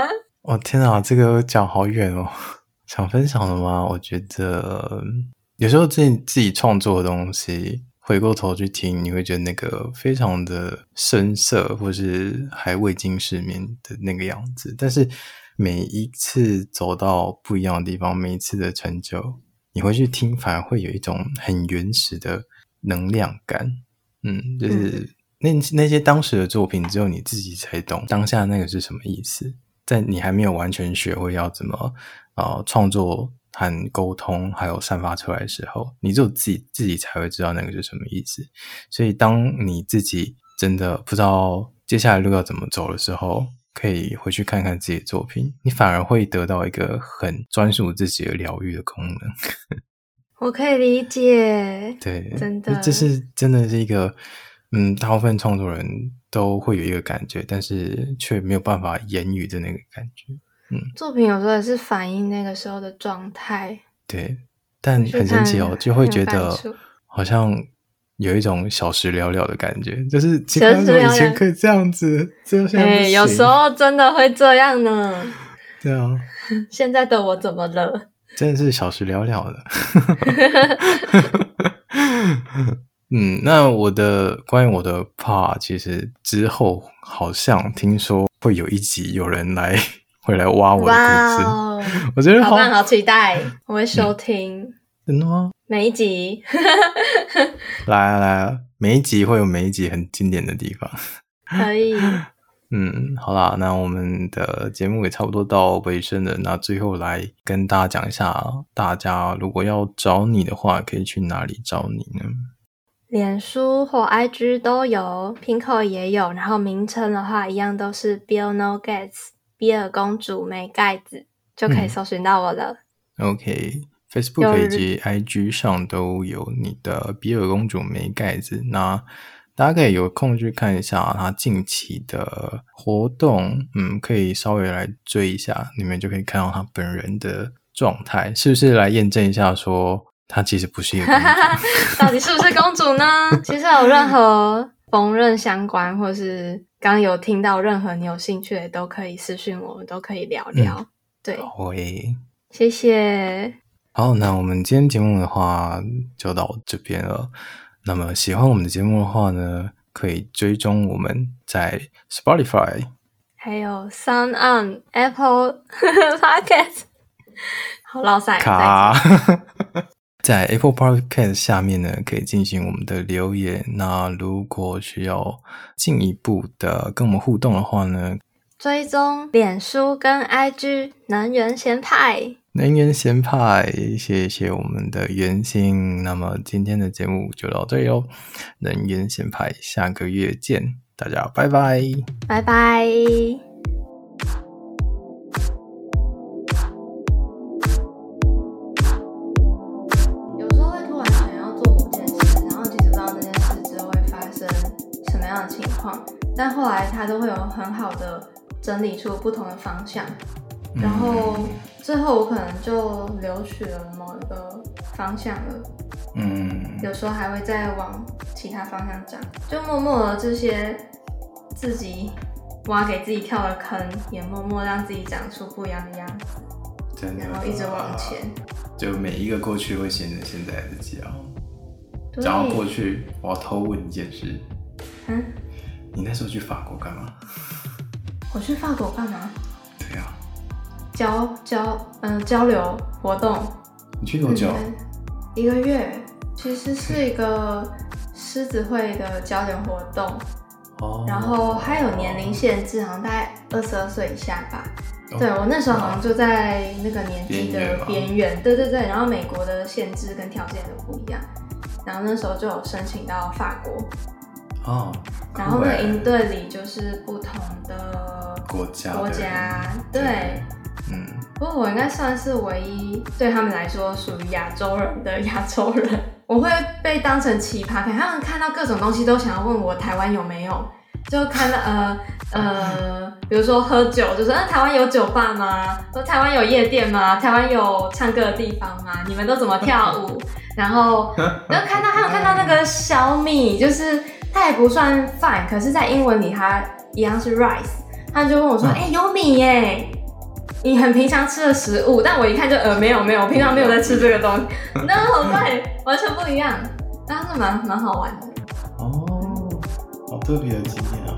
B: 哦天啊，这个讲好远哦， *laughs* 想分享的吗？我觉得嗯有时候自己自己创作的东西，回过头去听，你会觉得那个非常的生涩，或是还未经世面的那个样子。但是每一次走到不一样的地方，每一次的成就，你会去听，反而会有一种很原始的能量感。嗯，就是那那些当时的作品，只有你自己才懂当下那个是什么意思。在你还没有完全学会要怎么呃创作和沟通，还有散发出来的时候，你只有自己自己才会知道那个是什么意思。所以，当你自己真的不知道接下来路要怎么走的时候，可以回去看看自己的作品，你反而会得到一个很专属自己的疗愈的功能。 *laughs*
A: 我可以理解，
B: 对，
A: 真
B: 这
A: 的
B: 这是真的是一个，嗯，大部分创作人都会有一个感觉，但是却没有办法言语的那个感觉。
A: 作品有时候也是反映那个时候的状态，
B: 对，但
A: 去
B: 很神奇
A: 看
B: 哦，就会
A: 有
B: 觉
A: 感
B: 得
A: 触
B: 好像有一种小时了了的感觉，就是奇
A: 小
B: 怪
A: 时
B: 为什么
A: 了
B: 以前
A: 了
B: 可以这样子，这样现在不
A: 哎、有
B: 行
A: 时候真的会这样呢。
B: 对啊，
A: 现在的我怎么了？
B: 真的是小时了了的。 *laughs* 嗯，那我的关于我的 part，其实之后好像听说会有一集有人来会来挖啊我的故事，
A: 哦，
B: 我觉得
A: 好
B: 好
A: 棒，好期
B: *laughs*
A: 待！我会收听、
B: 真的吗？
A: 每一
B: *laughs*
A: 集。
B: 来啊来啊，每一集会有每一集很经典的地方。
A: 可以，
B: 嗯，好啦，那我们的节目也差不多到尾声了。那最后来跟大家讲一下，大家如果要找你的话，可以去哪里找你呢？
A: 脸书或 IG 都有，Pinko 也有，然后名称的话一样都是 Bill No Gates，比尔公主没盖子，就可以
B: 嗯
A: 搜寻到我了。
B: OK。
A: 有
B: Facebook 以
A: 人
B: 及 IG 上都有你的比尔公主没盖子，那大家可以有空去看一下她近期的活动，嗯，可以稍微来追一下，你们就可以看到她本人的状态，是不是来验证一下说她其实不是一个公主？
A: 到底是不是公主呢？其实有任何缝纫相关，或是刚有听到任何你有兴趣的，都可以私讯我们，都可以聊聊。对， *laughs*
B: 会。
A: 谢谢。
B: 好，那我们今天节目的话就到这边了。那么喜欢我们的节目的话呢，可以追踪我们在 Spotify。
A: 还有 Sun on Apple *laughs* Podcast，好老塞，
B: 卡
A: 哎再见。
B: *laughs* 在 Apple Podcast 下面呢，可以进行我们的留言。那如果需要进一步的跟我们互动的话呢，
A: 追踪脸书跟 IG 能源贤派，
B: 能源贤派，谢谢我们的圆心。那么今天的节目就到这里喽，能源贤派，下个月见，大家拜拜。
A: 拜拜。有时候会突然想要做某件事，然后即使不知道那件事之后会发生什么样的情况，但
B: 嗯
A: 后来它都会有很好的整理出不同的方向，然后最后我可能就留取了某一个方向了。
B: 嗯，
A: 有时候还会再往其他方向长，就默默的这些自己挖给自己跳的坑，也默默让自己长出不一样的样子，
B: 真的，
A: 然后一直往
B: 啊
A: 前。，
B: 就每一个过去会显得现在的自己啊。
A: 对，
B: 讲到过去，我要偷问一件事，
A: 嗯，
B: 你那时候去法国干嘛？
A: 我去法国干嘛？
B: 对啊，
A: 交交嗯、交流活动
B: 你去多久？
A: 嗯一个月，其实是一个狮子会的交流活动，
B: 哦
A: 然后还有年龄限制，好像大概二十二岁以下吧。
B: 哦
A: 对我那时候好像就在那个年纪
B: 边缘
A: 的
B: 吧
A: 边缘，对对对。然后美国的限制跟条件都不一样，然后那时候就有申请到法国，
B: 哦，
A: 然后那个营
B: 队
A: 队里就是不同的
B: 国家的
A: 国家，对。
B: 嗯，
A: 不过我应该算是唯一对他们来说属于亚洲人的亚洲人，我会被当成奇葩，可能他们看到各种东西都想要问我台湾有没有，就看到呃呃，比如说喝酒，就说那台湾有酒吧吗？说台湾有夜店吗？台湾有唱歌的地方吗？你们都怎么跳舞？ *laughs* 然后然后看到还有看到那个小米，就是它也不算饭，可是在英文里它一样是 rice，他就问我说：“哎、有米耶、你很平常吃的食物，但我一看就呃没有没有，我平常没有在吃这个东西，那好怪，完全不一样，但是蛮蛮好玩的。
B: 哦，好特别的经验啊。